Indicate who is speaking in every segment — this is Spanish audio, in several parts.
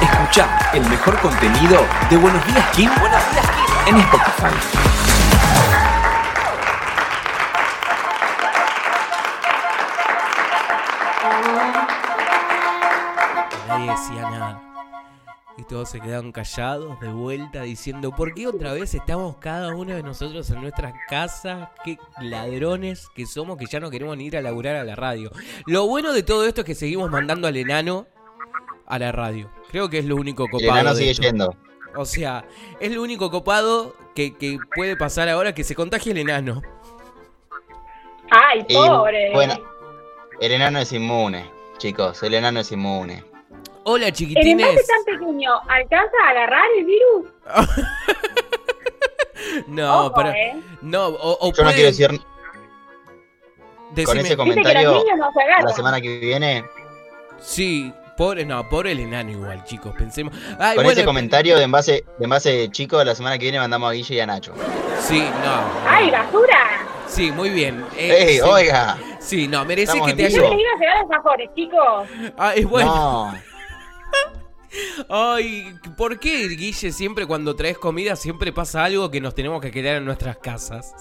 Speaker 1: Escucha el mejor contenido de Buenos Días Kim, Buenos Días, Kim. en Spotify.
Speaker 2: Nadie decía nada. Y todos se quedaron callados, de vuelta, diciendo, ¿por qué otra vez estamos cada uno de nosotros en nuestras casas? Qué ladrones que somos que ya no queremos ni ir a laburar a la radio. Lo bueno de todo esto es que seguimos mandando al enano a la radio. Creo que es lo único
Speaker 3: El
Speaker 2: copado.
Speaker 3: enano
Speaker 2: de
Speaker 3: sigue
Speaker 2: esto.
Speaker 3: yendo.
Speaker 2: O sea, es lo único copado que, que puede pasar ahora que se contagie el enano.
Speaker 4: Ay,
Speaker 3: Y,
Speaker 4: pobre.
Speaker 3: bueno, el enano es inmune, chicos. El enano es inmune.
Speaker 2: Hola,
Speaker 4: el envase
Speaker 2: chiquitines.
Speaker 4: tan pequeño, ¿alcanza a agarrar el virus?
Speaker 2: No,
Speaker 4: Ojo,
Speaker 2: para.
Speaker 4: eh.
Speaker 2: No, o, o
Speaker 3: Yo no
Speaker 2: pueden-
Speaker 3: quiero decir con
Speaker 2: decime-
Speaker 3: ese
Speaker 4: Dice que
Speaker 3: comentario
Speaker 4: los niños no se
Speaker 3: la
Speaker 4: agarran.
Speaker 3: semana que viene.
Speaker 2: Sí, pobre, no, pobre el enano igual, chicos, pensemos. Ay,
Speaker 3: Con este
Speaker 2: bueno,
Speaker 3: ese comentario de envase, de envase chico, la semana que viene mandamos a Guille y a Nacho.
Speaker 2: Sí, no.
Speaker 4: Ay, basura.
Speaker 2: Sí, muy bien. Eh,
Speaker 3: ¡Ey,
Speaker 2: sí,
Speaker 3: oiga!
Speaker 2: Sí, no, merece
Speaker 3: Estamos
Speaker 2: que
Speaker 3: en
Speaker 2: te
Speaker 4: Yo
Speaker 3: vivo.
Speaker 2: haya.
Speaker 4: le iba a llegar a Fajores, chicos.
Speaker 2: Ah, es bueno.
Speaker 3: No.
Speaker 2: Ay, ¿por qué, Guille, siempre cuando traes comida siempre pasa algo que nos tenemos que quedar en nuestras casas?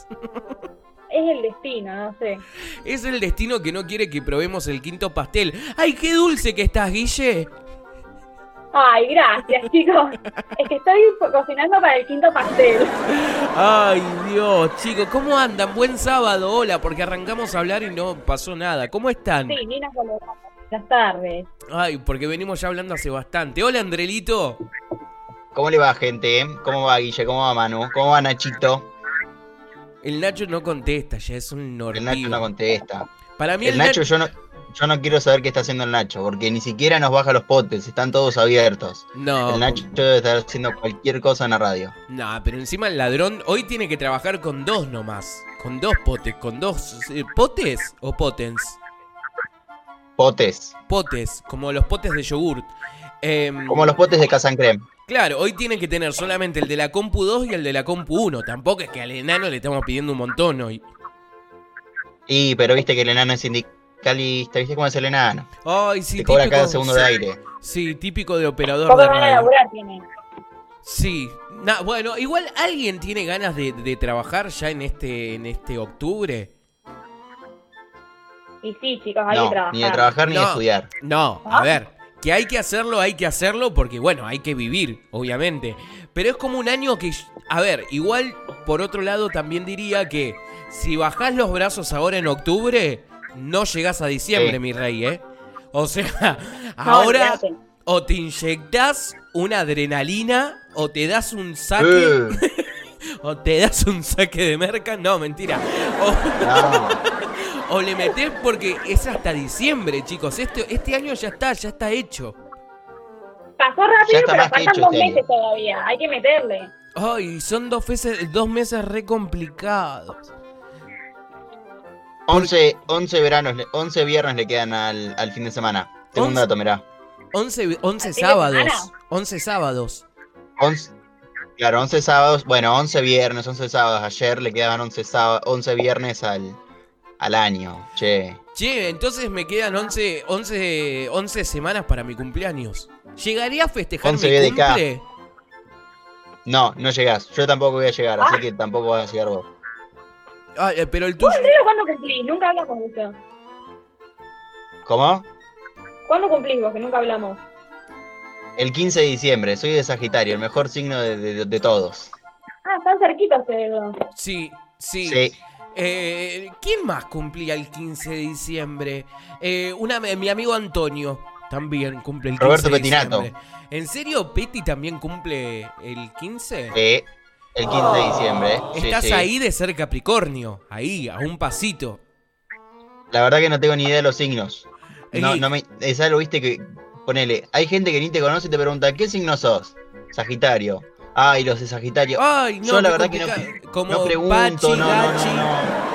Speaker 4: Es el destino, no sé.
Speaker 2: Es el destino que no quiere que probemos el quinto pastel. ¡Ay, qué dulce que estás, Guille!
Speaker 4: Ay, gracias, chicos. Es que estoy cocinando para el quinto pastel.
Speaker 2: Ay, Dios, chicos, ¿cómo andan? Buen sábado, hola, porque arrancamos a hablar y no pasó nada. ¿Cómo están?
Speaker 4: Sí, Nina Colorado. Buenas tardes.
Speaker 2: Ay, porque venimos ya hablando hace bastante. Hola, Andrelito.
Speaker 3: ¿Cómo le va, gente? ¿Cómo va Guille? ¿Cómo va Manu? ¿Cómo va Nachito?
Speaker 2: El Nacho no contesta, ya es un
Speaker 3: El
Speaker 2: nortivo.
Speaker 3: Nacho no contesta.
Speaker 2: Para mí el,
Speaker 3: El Nacho,
Speaker 2: Nacho...
Speaker 3: yo no, yo no quiero saber qué está haciendo el Nacho, porque ni siquiera nos baja los potes, están todos abiertos.
Speaker 2: No,
Speaker 3: El Nacho debe estar haciendo cualquier cosa en la radio.
Speaker 2: no, pero encima el ladrón hoy tiene que trabajar con dos nomás. Con dos potes, con dos... eh, ¿Potes o potens?
Speaker 3: Potes,
Speaker 2: Potes, como los potes de yogurt. Em,
Speaker 3: como los potes de Casan Creme.
Speaker 2: Claro, hoy tienen que tener solamente el de la Compu 2 y el de la Compu 1. Tampoco es que al enano le estamos pidiendo un montón hoy.
Speaker 3: Y, pero viste que el enano es sindicalista, viste cómo es el enano.
Speaker 2: Ay, sí,
Speaker 3: Te cobra cada
Speaker 2: típico-
Speaker 3: segundo de aire.
Speaker 2: Sí, típico de operador
Speaker 4: Poco
Speaker 2: de
Speaker 4: van a
Speaker 2: radio.
Speaker 4: laburar tienen.
Speaker 2: Sí, Na- bueno, igual alguien tiene ganas de, de trabajar ya en este, en este octubre.
Speaker 4: Y sí, chicos, hay que
Speaker 3: No,
Speaker 4: trabajar.
Speaker 3: ni de trabajar ni de
Speaker 2: No.
Speaker 3: estudiar.
Speaker 2: No, a
Speaker 4: ¿Ah?
Speaker 2: ver, que hay que hacerlo, hay que hacerlo porque, bueno, hay que vivir, obviamente. Pero es como un año que, a ver, igual, por otro lado, también diría que si bajás los brazos ahora en octubre, no llegás a diciembre,
Speaker 3: Sí.
Speaker 2: mi rey, ¿eh? O sea,
Speaker 4: No,
Speaker 2: ahora
Speaker 4: olvídate.
Speaker 2: o te inyectás una adrenalina o te das un saque.
Speaker 3: Eh,
Speaker 2: O te das un saque de merca, no, mentira. O,
Speaker 3: no.
Speaker 2: o le metes porque es hasta diciembre, chicos. Este, este año ya está, ya está hecho.
Speaker 4: Pasó
Speaker 3: Ya
Speaker 4: rápido,
Speaker 3: está
Speaker 4: pero
Speaker 3: más que
Speaker 4: faltan
Speaker 3: hecho
Speaker 4: dos
Speaker 3: este año.
Speaker 4: meses todavía. Hay que meterle.
Speaker 2: Ay, son dos meses, dos meses re complicados.
Speaker 3: 11, 11 veranos, le- 11 viernes le quedan al, al fin de semana. Tengo un
Speaker 2: Once.
Speaker 3: dato, mirá.
Speaker 2: 11, 11
Speaker 4: Así de
Speaker 2: sábados.
Speaker 4: semana.
Speaker 2: 11 sábados.
Speaker 3: 11, claro, 11 sábados, bueno, 11 viernes, 11 sábados. Ayer le quedaban 11, sába- 11 viernes al, al año, che.
Speaker 2: Che, entonces me quedan 11, 11, 11 semanas para mi cumpleaños. ¿Llegaré a festejar mi
Speaker 3: 11 BDK.
Speaker 2: cumple?
Speaker 3: No, no llegás. Yo tampoco voy a llegar, así que tampoco vas a llegar vos.
Speaker 2: Ah, eh, pero el tuyo.
Speaker 4: Pero ¿cuándo cumplís? Nunca hablamos de eso.
Speaker 3: ¿Cómo?
Speaker 4: ¿Cuándo cumplís vos? Que nunca hablamos.
Speaker 3: El 15 de diciembre, soy de Sagitario, el mejor signo de, de- de todos.
Speaker 4: Ah, están cerquitos ustedes dos.
Speaker 2: Sí, sí.
Speaker 3: Sí.
Speaker 2: Eh, ¿Quién más cumplía el 15 de diciembre? Eh, una, mi amigo Antonio también cumple el 15
Speaker 3: Roberto
Speaker 2: de
Speaker 3: Pettinato.
Speaker 2: diciembre. ¿En serio Petty también cumple el 15?
Speaker 3: Sí, el 15 de diciembre. sí,
Speaker 2: Oh. Estás
Speaker 3: sí.
Speaker 2: ahí de ser Capricornio, ahí, a un pasito.
Speaker 3: La verdad que no tengo ni idea de los signos. No,
Speaker 2: Ey.
Speaker 3: no me, es algo, viste, que ponele, hay gente que ni te conoce y te pregunta, ¿qué signo sos? Sagitario. Ay, los de Sagitario.
Speaker 2: Ay, no,
Speaker 3: yo la
Speaker 2: qué
Speaker 3: verdad que no
Speaker 2: complica-
Speaker 3: pre-
Speaker 2: Oh, como
Speaker 3: no pregunto,
Speaker 2: Pachi,
Speaker 3: no, no,
Speaker 2: Gachi.
Speaker 3: no, no.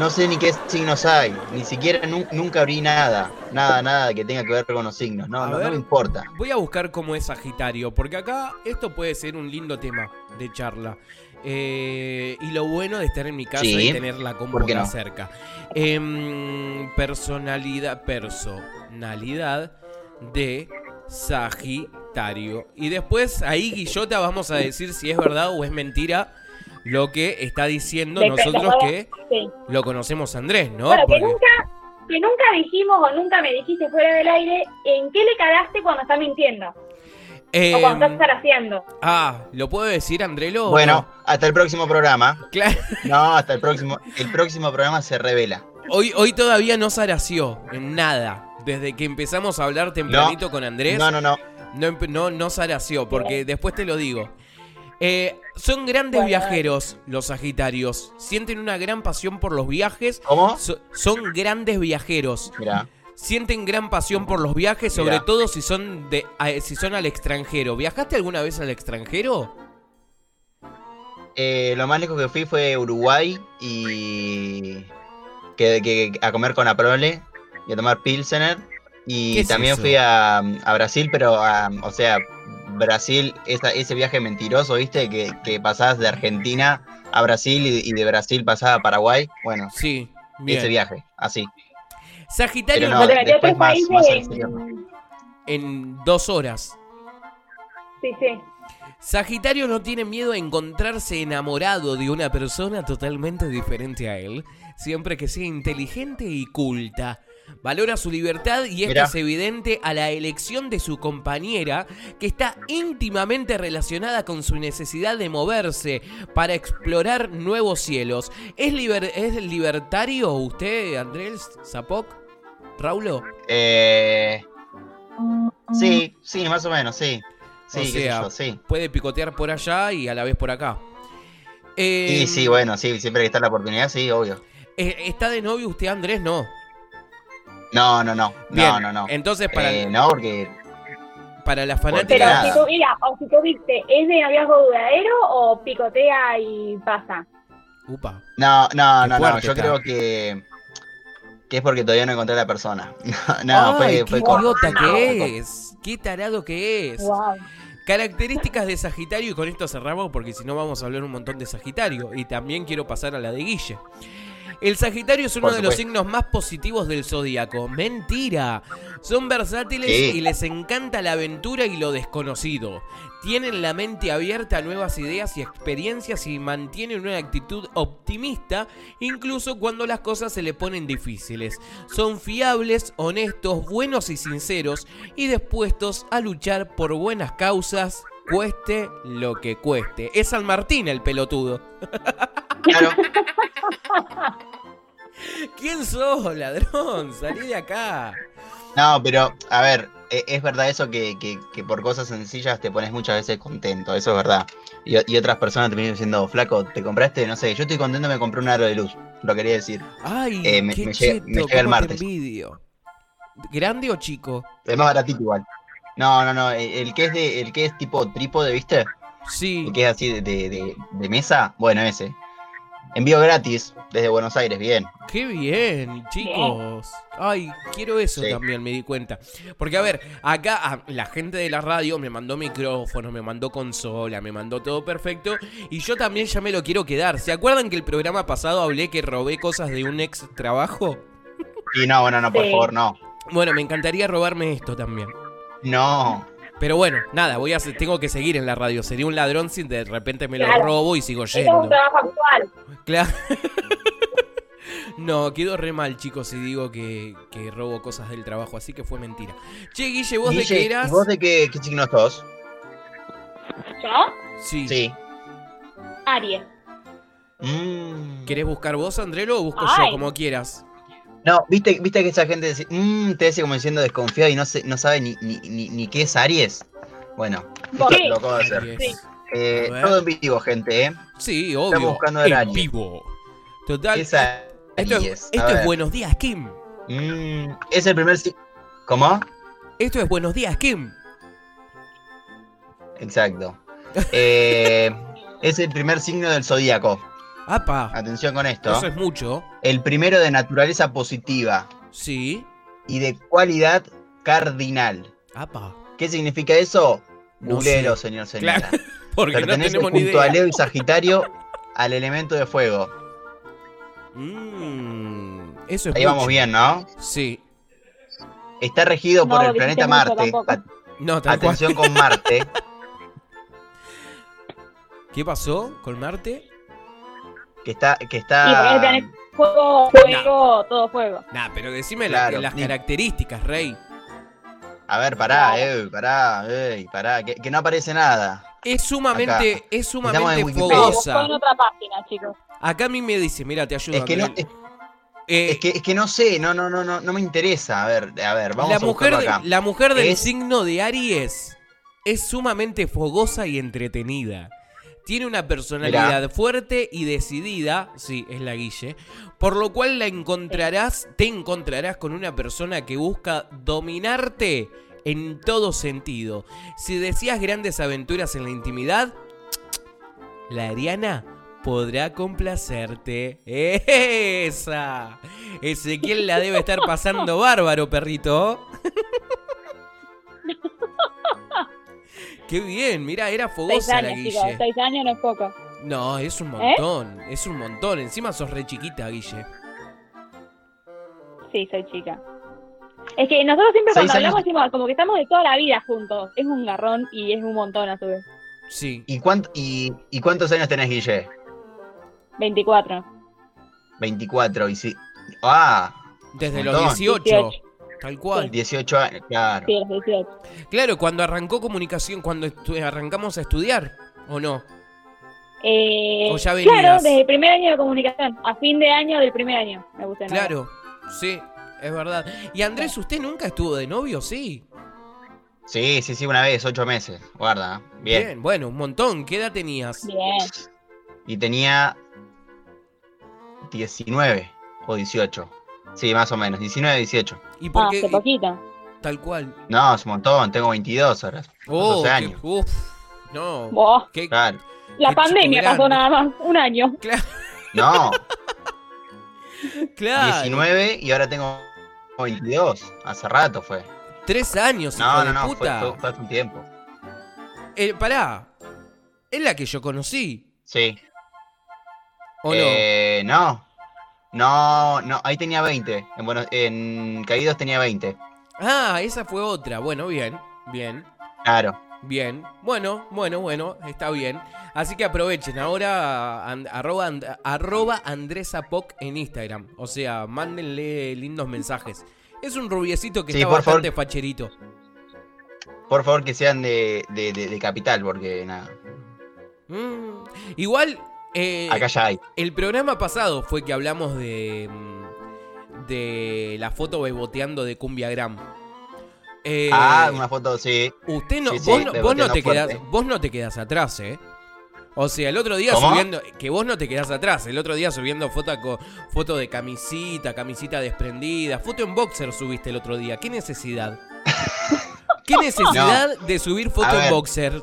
Speaker 3: No sé ni qué signos hay, ni siquiera nu- nunca abrí nada, nada, nada que tenga que ver con los signos, no,
Speaker 2: A
Speaker 3: no, no
Speaker 2: ver.
Speaker 3: me importa.
Speaker 2: Voy a buscar cómo es Sagitario, porque acá esto puede ser un lindo tema de charla. Eh, y lo bueno de estar en mi casa
Speaker 3: Sí,
Speaker 2: y tener la
Speaker 3: ¿por qué
Speaker 2: computadora
Speaker 3: no?
Speaker 2: cerca. Em, personalidad, personalidad de Sagitario. sectario. Y después ahí, Guillota, vamos a decir si es verdad o es mentira lo que está diciendo
Speaker 4: Depende,
Speaker 2: nosotros
Speaker 4: ahora-
Speaker 2: que
Speaker 4: sí.
Speaker 2: lo conocemos a Andrés, ¿no?
Speaker 4: Bueno, que
Speaker 2: Porque-
Speaker 4: nunca, que nunca dijimos o nunca me dijiste fuera del aire en qué le cagaste cuando está mintiendo o cuando
Speaker 2: Em,
Speaker 4: está zarafiando.
Speaker 2: ah, ¿lo puedo decir, Andrelo? o
Speaker 3: Bueno, hasta el próximo programa.
Speaker 2: no? Claro,
Speaker 3: No, hasta el próximo. El próximo programa se revela.
Speaker 2: hoy, hoy todavía no zaració en nada. Desde que empezamos a hablar tempranito con Andrés,
Speaker 3: No, no, no.
Speaker 2: No, empe- no, no zaració, porque después te lo digo. Eh, son grandes
Speaker 4: Bueno.
Speaker 2: viajeros los Sagitarios. Sienten una gran pasión por los viajes.
Speaker 3: ¿Cómo?
Speaker 2: So- son grandes viajeros.
Speaker 3: Mira,
Speaker 2: Sienten gran pasión por los viajes, sobre
Speaker 3: Mirá.
Speaker 2: todo si son, de, a- si son al extranjero. ¿Viajaste alguna vez al extranjero?
Speaker 3: eh, lo más lejos que fui fue Uruguay y que, que- a comer con Aprole y a tomar Pilsener.
Speaker 2: ¿Qué
Speaker 3: Y
Speaker 2: es
Speaker 3: también
Speaker 2: eso?
Speaker 3: fui a, a Brasil, pero a- o sea, Brasil, esa- ese viaje mentiroso, ¿viste? Que, que pasabas de Argentina a Brasil y, y de Brasil pasabas a Paraguay. Bueno,
Speaker 2: Sí. bien.
Speaker 3: ese viaje, así.
Speaker 2: Sagitarios
Speaker 3: Pero no,
Speaker 4: no te metí a
Speaker 3: después
Speaker 4: otros
Speaker 3: más,
Speaker 4: países.
Speaker 3: más al exterior.
Speaker 2: en dos horas.
Speaker 4: Sí, sí.
Speaker 2: Sagitario no tiene miedo a encontrarse enamorado de una persona totalmente diferente a él, siempre que sea inteligente y culta. Valora su libertad y esto
Speaker 3: Mirá.
Speaker 2: es evidente a la elección de su compañera, que está íntimamente relacionada con su necesidad de moverse para explorar nuevos cielos. ¿Es, liber- es libertario usted, Andrés Zapoc? ¿Raulo?
Speaker 3: Eh, sí, sí, más o menos, sí. Sí,
Speaker 2: O
Speaker 3: qué sé
Speaker 2: sea,
Speaker 3: yo, sí.
Speaker 2: Puede picotear por allá y a la vez por acá. Eh,
Speaker 3: Y sí, bueno, sí, siempre que está la oportunidad, sí, obvio.
Speaker 2: Eh, ¿Está de novio usted, Andrés? No.
Speaker 3: No, no, no,
Speaker 2: Bien,
Speaker 3: no, no, no.
Speaker 2: Entonces, para,
Speaker 3: Eh, no, porque
Speaker 2: para las
Speaker 4: Pero
Speaker 3: Nada.
Speaker 2: fanáticas.
Speaker 4: si tú, mira, o si tú viste, ¿es de noviazgo duradero o picotea y pasa?
Speaker 2: Upa.
Speaker 3: no, no,
Speaker 2: Qué
Speaker 3: no, no,
Speaker 2: fuerte
Speaker 3: yo
Speaker 2: está.
Speaker 3: creo que que es porque todavía no encontré a la persona. No,
Speaker 2: Ay,
Speaker 3: no, fue,
Speaker 2: qué
Speaker 3: fue corto.
Speaker 2: idiota
Speaker 3: fue corto.
Speaker 2: que es. Qué tarado que es.
Speaker 4: Wow.
Speaker 2: Características de Sagitario, y con esto cerramos porque si no vamos a hablar un montón de Sagitario. Y también quiero pasar a la de Guille. El Sagitario es uno
Speaker 3: Por
Speaker 2: de los
Speaker 3: supuesto.
Speaker 2: signos más positivos del zodíaco. Mentira. Son versátiles
Speaker 3: Sí.
Speaker 2: y les encanta la aventura y lo desconocido. Tienen la mente abierta a nuevas ideas y experiencias y mantienen una actitud optimista incluso cuando las cosas se le ponen difíciles. Son fiables, honestos, buenos y sinceros y dispuestos a luchar por buenas causas, cueste lo que cueste. Es San Martín el pelotudo.
Speaker 3: Claro,
Speaker 2: ¿Quién sos, ladrón? Salí de acá.
Speaker 3: no, pero a ver, e- es verdad eso que, que, que por cosas sencillas te pones muchas veces contento, eso es verdad. Y, y otras personas te vienen diciendo, flaco, te compraste, no sé, yo estoy contento, me compré un aro de luz, lo quería decir.
Speaker 2: Ay,
Speaker 3: Eh, me-
Speaker 2: qué
Speaker 3: me llega-
Speaker 2: cheto,
Speaker 3: me llega el
Speaker 2: cómo te
Speaker 3: martes.
Speaker 2: envidio. ¿Grande o chico?
Speaker 3: Es más baratito igual. No, no, no, el, el que es de, el que es tipo trípode, ¿viste?
Speaker 2: Sí.
Speaker 3: El que es así de, de- de- de mesa, bueno, ese. Envío gratis desde Buenos Aires, bien.
Speaker 2: Qué bien, chicos. Ay, quiero eso
Speaker 3: Sí.
Speaker 2: también, me di cuenta. Porque, a ver, acá ah, la gente de la radio me mandó micrófono, me mandó consola, me mandó todo perfecto. Y yo también ya me lo quiero quedar. ¿Se acuerdan que el programa pasado hablé que robé cosas de un ex trabajo?
Speaker 3: Y no, bueno, no, por
Speaker 4: Sí.
Speaker 3: favor, no.
Speaker 2: Bueno, me encantaría robarme esto también.
Speaker 3: No.
Speaker 2: Pero bueno, nada, voy a se- tengo que seguir en la radio. Sería un ladrón si de repente me lo
Speaker 4: Claro.
Speaker 2: robo y sigo
Speaker 4: Eso es un
Speaker 2: yendo.
Speaker 4: trabajo actual.
Speaker 2: Claro. No, quedo re mal, chicos, si digo que, que robo cosas del trabajo, así que fue mentira. Che, Guille, ¿vos de
Speaker 3: Guille,
Speaker 2: qué
Speaker 3: ¿y
Speaker 2: eras?
Speaker 3: ¿Vos de qué, qué signo sos?
Speaker 4: ¿Yo?
Speaker 2: Sí.
Speaker 3: Sí.
Speaker 4: Aries.
Speaker 3: Mm.
Speaker 2: ¿Querés buscar vos, Andrelo, o busco yo,
Speaker 4: Ay.
Speaker 2: como quieras?
Speaker 3: No, ¿viste, viste que esa gente dice, mm, te dice como diciendo desconfiado y no, se- no sabe ni, ni, ni, ni qué es Aries. Bueno, esto
Speaker 4: ¿Por qué?
Speaker 3: lo acabo de hacer.
Speaker 2: Yes.
Speaker 3: Eh,
Speaker 2: A ver.
Speaker 3: todo en vivo, gente, ¿eh?
Speaker 2: Sí, obvio.
Speaker 3: Estamos buscando el
Speaker 2: en
Speaker 3: año.
Speaker 2: vivo. Total.
Speaker 3: Es Aries.
Speaker 2: esto es,
Speaker 3: A
Speaker 2: esto es
Speaker 3: ver.
Speaker 2: Buenos Días, Kim.
Speaker 3: Mm, es el primer signo. ¿Cómo?
Speaker 2: Esto es Buenos Días, Kim.
Speaker 3: Exacto. Eh, es el primer signo del zodíaco.
Speaker 2: Apa,
Speaker 3: Atención con esto.
Speaker 2: eso es mucho.
Speaker 3: El primero de naturaleza positiva
Speaker 2: Sí.
Speaker 3: y de cualidad cardinal.
Speaker 2: Apa.
Speaker 3: ¿Qué significa eso?
Speaker 2: No
Speaker 3: Googlelo,
Speaker 2: sé.
Speaker 3: señor, señora.
Speaker 2: Claro, Porque no
Speaker 3: Pertenece
Speaker 2: tenemos ni
Speaker 3: junto a
Speaker 2: idea.
Speaker 3: Leo y Sagitario al elemento de fuego.
Speaker 2: Mm, eso es
Speaker 3: Ahí vamos
Speaker 2: mucho.
Speaker 3: bien, ¿no?
Speaker 2: Sí.
Speaker 3: Está regido
Speaker 4: No,
Speaker 3: por el
Speaker 4: dijiste
Speaker 3: planeta
Speaker 4: mucho,
Speaker 3: Marte.
Speaker 4: tampoco.
Speaker 3: Pat-
Speaker 2: No, tal cual.
Speaker 3: Atención con Marte.
Speaker 2: ¿Qué pasó con Marte?
Speaker 3: Que está. Que
Speaker 4: Y porque el
Speaker 3: está
Speaker 4: planeta- Fuego, fuego, todo fuego.
Speaker 2: Nah, pero decime la-
Speaker 3: Claro,
Speaker 2: las
Speaker 3: ni-
Speaker 2: características, Rey.
Speaker 3: a ver, pará, eh, pará, eh, pará. Que, que no aparece nada.
Speaker 2: Es sumamente, es
Speaker 3: Estamos en
Speaker 2: sumamente
Speaker 3: Wikipedia.
Speaker 4: Fue
Speaker 2: fogosa.
Speaker 4: en otra página, chicos.
Speaker 2: Acá a mí me dice, mira, te ayudo.
Speaker 3: Es que, no,
Speaker 2: Andrés.
Speaker 3: es,
Speaker 2: Eh,
Speaker 3: es que, es que no sé, no, no, no, no, no me interesa. A ver, a ver, vamos
Speaker 2: la,
Speaker 3: a
Speaker 2: mujer
Speaker 3: buscarlo
Speaker 2: de-
Speaker 3: acá.
Speaker 2: la mujer del
Speaker 3: Es-
Speaker 2: signo de Aries es sumamente fogosa y entretenida. Tiene una personalidad fuerte y decidida, sí, es la Guille, por lo cual la encontrarás, te encontrarás con una persona que busca dominarte en todo sentido. Si deseas grandes aventuras en la intimidad, la Ariana podrá complacerte. ¡Esa! Ezequiel la debe estar pasando bárbaro, perrito. Qué bien, mira, era
Speaker 4: Seis
Speaker 2: fogosa la
Speaker 4: años, chicos.
Speaker 2: Guille.
Speaker 4: Seis ¿Eh? años no es poco.
Speaker 2: No, es un montón, es un montón. Encima sos re chiquita, Guille.
Speaker 4: Sí, soy chica. Es que nosotros
Speaker 3: Seis
Speaker 4: siempre cuando
Speaker 3: años.
Speaker 4: hablamos decimos como que estamos de toda la vida juntos. Es un garrón y es un montón a su vez.
Speaker 2: Sí.
Speaker 3: ¿Y, cuánto, y, ¿Y cuántos años tenés, Guille?
Speaker 4: 24.
Speaker 3: 24. Y si. Ah,
Speaker 2: Desde
Speaker 3: un
Speaker 2: los
Speaker 3: montón.
Speaker 2: 18. Tal cual.
Speaker 3: 18 años, claro.
Speaker 4: Sí, los 18.
Speaker 2: Claro, cuando arrancó comunicación, cuando estu- arrancamos a estudiar, ¿o no?
Speaker 4: Eh,
Speaker 2: O ya
Speaker 4: claro,
Speaker 2: venías.
Speaker 4: desde el primer año de comunicación. A fin de año del primer año. Me puse novia.
Speaker 2: Claro, sí, es verdad. Y Andrés, ¿usted nunca estuvo de novio? Sí.
Speaker 3: Sí, sí, sí, una vez, 8 meses. Guarda, bien.
Speaker 2: bueno, un montón. ¿Qué edad tenías?
Speaker 4: Bien.
Speaker 3: Y tenía 19 o 18. Sí, más o menos, 19, 18.
Speaker 2: ¿Y por
Speaker 4: Ah,
Speaker 2: qué?
Speaker 4: hace poquito.
Speaker 2: Tal cual.
Speaker 3: No, es un montón, tengo 22 ahora.
Speaker 2: Oh,
Speaker 3: 12
Speaker 2: qué-
Speaker 3: años. Ah,
Speaker 2: uf, no.
Speaker 4: Buah,
Speaker 2: Qué-
Speaker 3: Claro.
Speaker 4: la
Speaker 2: Qué
Speaker 4: pandemia
Speaker 2: chico grande.
Speaker 4: pasó nada más. Un año.
Speaker 3: No,
Speaker 2: claro.
Speaker 3: 19 y ahora tengo 22. Hace rato fue.
Speaker 2: Tres años, hijo
Speaker 3: No, no,
Speaker 2: de
Speaker 3: no, fue,
Speaker 2: puta.
Speaker 3: fue- fue hace un tiempo.
Speaker 2: Eh, pará. Es la que yo conocí,
Speaker 3: Sí.
Speaker 2: ¿o
Speaker 3: Eh, no. No, no, ahí tenía 20. En, Buenos- en Caídos tenía 20.
Speaker 2: no? Ah, esa fue otra. Bueno, bien, bien.
Speaker 3: Claro.
Speaker 2: Bien, bueno, bueno, bueno, está bien. Así que aprovechen ahora an- arroba, and- arroba Andrés Apoc en Instagram. O sea, mándenle lindos mensajes. Es un rubiecito que
Speaker 3: Sí,
Speaker 2: está
Speaker 3: por favor.
Speaker 2: bastante facherito.
Speaker 3: Por favor que sean de, de- de- de capital, porque nada,
Speaker 2: Mm. Igual, eh,
Speaker 3: acá ya hay.
Speaker 2: el programa pasado fue que hablamos de, mm, de la foto beboteando de Cumbiagram. Eh,
Speaker 3: ah, una foto, sí.
Speaker 2: Usted no,
Speaker 3: Sí, sí,
Speaker 2: vos, no-
Speaker 3: me
Speaker 2: vos no
Speaker 3: boteando
Speaker 2: te quedás,
Speaker 3: fuerte.
Speaker 2: vos no te quedás atrás, eh. O sea, el otro día
Speaker 3: ¿Cómo?
Speaker 2: subiendo, que vos no te quedás atrás, el otro día subiendo foto, co- foto de camisita, camisita desprendida, foto en boxer subiste el otro día, ¿qué necesidad? ¿Qué necesidad de subir foto
Speaker 3: A
Speaker 2: en
Speaker 3: ver.
Speaker 2: boxer?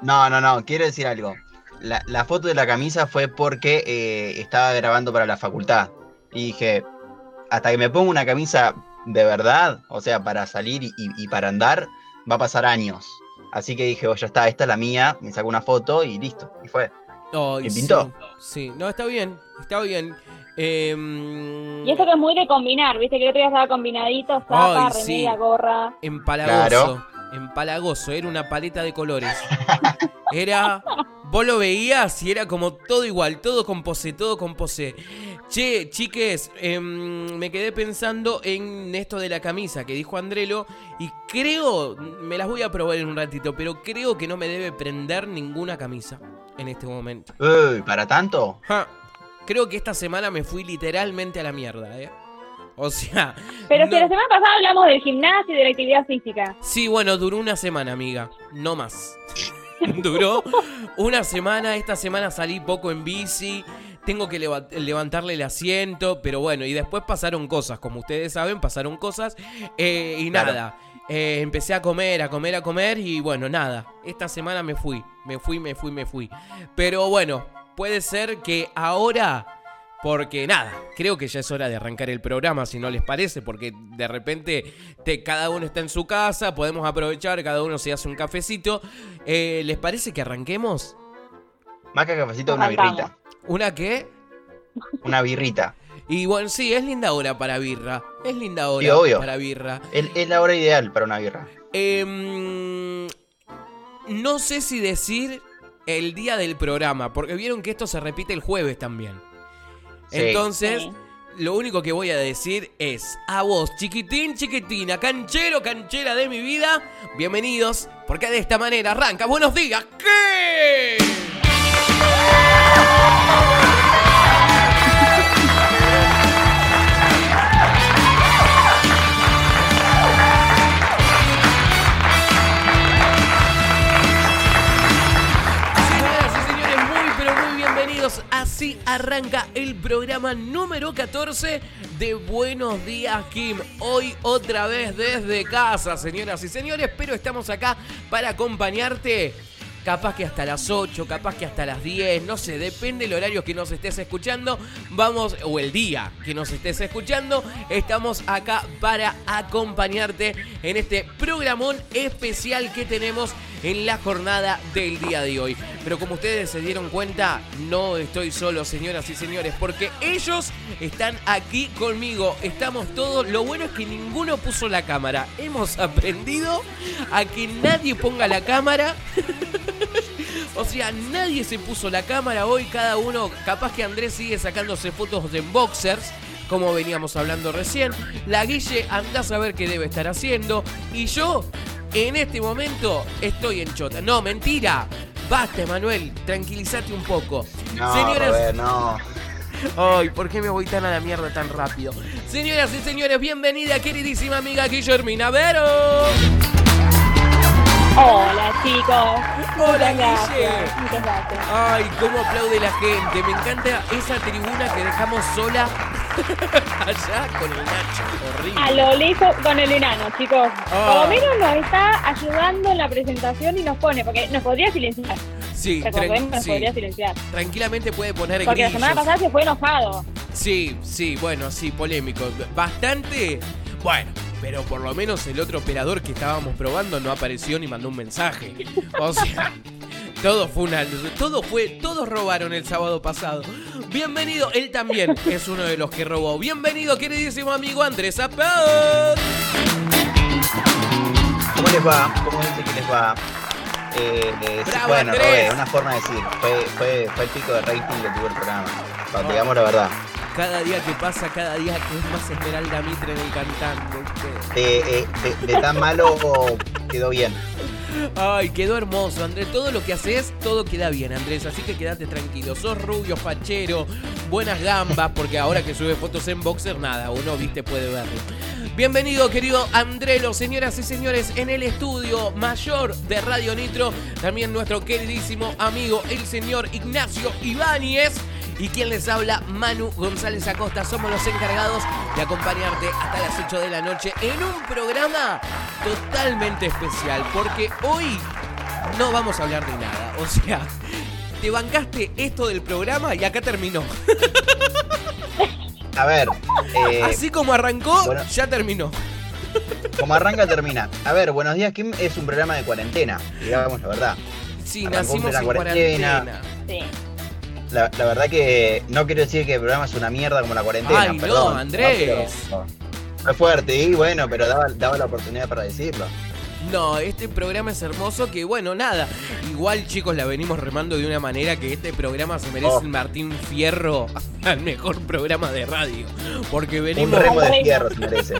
Speaker 3: No, no, no, quiero decir algo. La, la foto de la camisa fue porque eh, estaba grabando para la facultad. Y dije, hasta que me ponga una camisa de verdad, o sea, para salir y, y para andar, va a pasar años. Así que dije, oh, ya está, esta es la mía, me saco una foto y listo, y fue.
Speaker 2: Ay,
Speaker 3: ¿Te
Speaker 2: sí,
Speaker 3: pintó?
Speaker 2: Sí, no, está bien, está bien. Em,
Speaker 4: Y eso que es muy de combinar, viste que el otro día estaba combinadito, zapa,
Speaker 2: Ay, sí.
Speaker 4: remera, gorra.
Speaker 2: Empalagoso. Empalagoso, era una paleta de colores. Era. Vos lo veías y era como todo igual, todo con pose, todo con pose. Che, chiques, em, me quedé pensando en esto de la camisa que dijo Andrelo y creo, me las voy a probar en un ratito, pero creo que no me debe prender ninguna camisa en este momento.
Speaker 3: Uy, ¿para tanto?
Speaker 2: Ja, Creo que esta semana me fui literalmente a la mierda, ¿eh? O sea...
Speaker 4: Pero si
Speaker 2: no-
Speaker 4: la semana pasada hablamos del gimnasio y de la actividad física.
Speaker 2: Sí, bueno, duró una semana, amiga. No más. duró una semana. Esta semana salí poco en bici. Tengo que leva- levantarle el asiento. Pero bueno, y después pasaron cosas. Como ustedes saben, pasaron cosas. eh, y
Speaker 3: Claro.
Speaker 2: nada. Eh, empecé a comer, a comer, a comer. Y bueno, nada. Esta semana me fui. Me fui, me fui, me fui. Pero bueno, puede ser que ahora. Porque nada, creo que ya es hora de arrancar el programa, si no les parece, porque de repente te- cada uno está en su casa, podemos aprovechar, cada uno se hace un cafecito. Eh, ¿Les parece que arranquemos?
Speaker 3: Más que cafecito, una
Speaker 4: Arrancamos.
Speaker 3: birrita.
Speaker 2: ¿Una qué?
Speaker 3: Una birrita.
Speaker 2: Y bueno, sí, es linda hora para birra. Es linda hora
Speaker 3: Sí, obvio.
Speaker 2: para birra.
Speaker 3: Es, es la hora ideal para una birra.
Speaker 2: Em, no sé si decir el día del programa, porque vieron que esto se repite el jueves también.
Speaker 3: Sí.
Speaker 2: Entonces,
Speaker 4: Sí.
Speaker 2: lo único que voy a decir es a vos, chiquitín, chiquitina, canchero, canchera de mi vida, bienvenidos, porque de esta manera arranca. Buenos días, ¿qué? Señoras y señores, muy pero muy bienvenidos. Así arranca el programa número 14 de Buenos Días Kim. Hoy otra vez desde casa, señoras y señores, pero estamos acá para acompañarte. Capaz que hasta las 8, capaz que hasta las 10, no sé, depende el horario que nos estés escuchando, vamos, o el día que nos estés escuchando, estamos acá para acompañarte en este programón especial que tenemos en la jornada del día de hoy. Pero como ustedes se dieron cuenta, no estoy solo, señoras y señores, porque ellos están aquí conmigo. Estamos todos. Lo bueno es que ninguno puso la cámara. Hemos aprendido a que nadie ponga la cámara. O sea, nadie se puso la cámara hoy, cada uno, capaz que Andrés sigue sacándose fotos de boxers, como veníamos hablando recién. La Guille anda a saber qué debe estar haciendo. Y yo, en este momento, estoy en chota. No, mentira. Basta, Emanuel, tranquilízate un poco.
Speaker 3: No,
Speaker 2: Señoras-
Speaker 3: Robert, no.
Speaker 2: Ay, ¿por qué me voy tan a la mierda tan rápido? Señoras y señores, bienvenida, queridísima amiga Guillermina Vero.
Speaker 4: Hola, chicos.
Speaker 2: Hola,
Speaker 4: Muchas
Speaker 2: Guille.
Speaker 4: gracias. Muchas gracias.
Speaker 2: Ay, cómo aplaude la gente. Me encanta esa tribuna que dejamos sola allá con el Nacho.
Speaker 4: A
Speaker 2: Horrible.
Speaker 4: lo lejos con el enano, chicos.
Speaker 2: Ah.
Speaker 4: Por lo menos nos está ayudando en la presentación y nos pone, porque nos podría silenciar.
Speaker 2: Sí,
Speaker 4: Recordemos,
Speaker 2: tran-
Speaker 4: nos
Speaker 2: sí,
Speaker 4: podría silenciar.
Speaker 2: tranquilamente puede poner
Speaker 4: Porque la semana
Speaker 2: grillos.
Speaker 4: pasada se fue enojado.
Speaker 2: Sí, sí, bueno, sí, polémico. Bastante. Bueno, pero por lo menos el otro operador que estábamos probando no apareció ni mandó un mensaje. O sea, todo fue una. Todo fue. Todos robaron el sábado pasado. Bienvenido, él también es uno de los que robó. Bienvenido, queridísimo amigo Andrés Zapata.
Speaker 3: ¿Cómo les va? ¿Cómo dice que les va? Eh, eh, sí,
Speaker 2: Bravo,
Speaker 3: bueno,
Speaker 2: Andrés.
Speaker 3: Robé, una forma de decir. Fue, fue, fue el pico de rating que tuvo el programa. Pa- Digamos la verdad.
Speaker 2: Cada día que pasa, cada día que es más Esmeralda Mitre en el cantante. ¿viste?
Speaker 3: De, eh, de- de tan malo quedó bien.
Speaker 2: Ay, quedó hermoso, Andrés. Todo lo que haces, todo queda bien, Andrés. Así que quédate tranquilo. Sos rubio, fachero, buenas gambas, porque ahora que sube fotos en boxer, nada, uno, viste, puede verlo. Bienvenido, querido Andrelo, señoras y señores, en el estudio mayor de Radio Nitro. También nuestro queridísimo amigo, el señor Ignacio Ibáñez. Y quien les habla, Manu González Acosta. Somos los encargados de acompañarte hasta las 8 de la noche en un programa totalmente especial. Porque hoy no vamos a hablar de nada. O sea, te bancaste esto del programa y acá terminó.
Speaker 3: A ver, eh,
Speaker 2: Así como arrancó,
Speaker 3: bueno.
Speaker 2: ya terminó.
Speaker 3: como arranca, termina. A ver, Buenos Días Kim es un programa de cuarentena. Digamos la verdad.
Speaker 2: Sí,
Speaker 3: Arrancó
Speaker 2: nacimos
Speaker 3: de la
Speaker 2: en
Speaker 3: cuarentena.
Speaker 2: cuarentena.
Speaker 4: Sí.
Speaker 3: La, la verdad que no quiero decir que el programa es una mierda como la cuarentena.
Speaker 2: Ay, no,
Speaker 3: perdón.
Speaker 2: Andrés.
Speaker 3: pero- fue fuerte, y bueno, pero daba, daba la oportunidad para decirlo.
Speaker 2: No, este programa es hermoso que bueno, nada. Igual chicos la venimos remando de una manera que este programa se merece
Speaker 3: Oh.
Speaker 2: el Martín Fierro al mejor programa de radio. Porque
Speaker 3: Un
Speaker 2: venimos,
Speaker 3: remo de fierro se merece.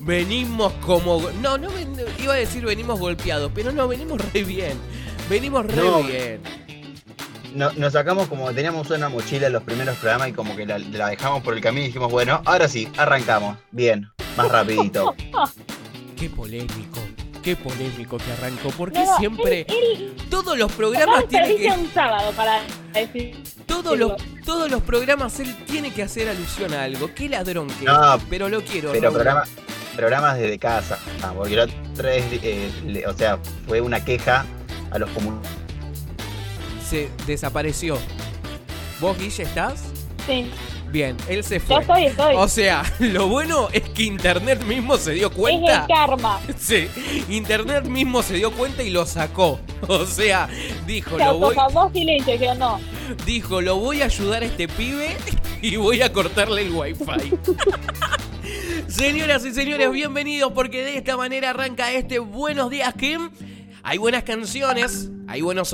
Speaker 2: venimos como... No, no ven- iba a decir venimos golpeados, pero no, venimos re bien. Venimos re
Speaker 3: No.
Speaker 2: bien.
Speaker 3: No- nos sacamos como teníamos una mochila en los primeros programas y como que la, la dejamos por el camino y dijimos, bueno, ahora sí, arrancamos. Bien, más rapidito.
Speaker 2: Qué polémico. Qué polémico que arrancó. Porque
Speaker 4: No, eh,
Speaker 2: siempre...
Speaker 4: Él,
Speaker 2: Todos los
Speaker 4: él
Speaker 2: programas tienen
Speaker 4: desperdicia
Speaker 2: que...
Speaker 4: un sábado para decir.
Speaker 2: Todos los, todos los programas él tiene que hacer alusión a algo. Qué ladrón que
Speaker 3: No,
Speaker 2: es. Pero lo quiero.
Speaker 3: Pero
Speaker 2: Raúl.
Speaker 3: programa, programas desde casa. Ah, porque la otra vez, eh, le- o sea, fue una queja a los comunes.
Speaker 2: se desapareció. ¿Vos, Guille, estás?
Speaker 4: Sí.
Speaker 2: Bien, él se
Speaker 4: Yo
Speaker 2: fue.
Speaker 4: estoy, estoy.
Speaker 2: O sea, lo bueno es que Internet mismo se dio
Speaker 4: es el
Speaker 2: cuenta.
Speaker 4: karma.
Speaker 2: Sí, Internet mismo se dio cuenta y lo sacó. O sea, dijo,
Speaker 4: Se
Speaker 2: lo voy,
Speaker 4: autofagó silencio, yo no.
Speaker 2: dijo, lo voy a ayudar a este pibe y voy a cortarle el wifi. Señoras y señores, bienvenidos porque de esta manera arranca este Buenos Días Kim. Hay buenas canciones, hay buenos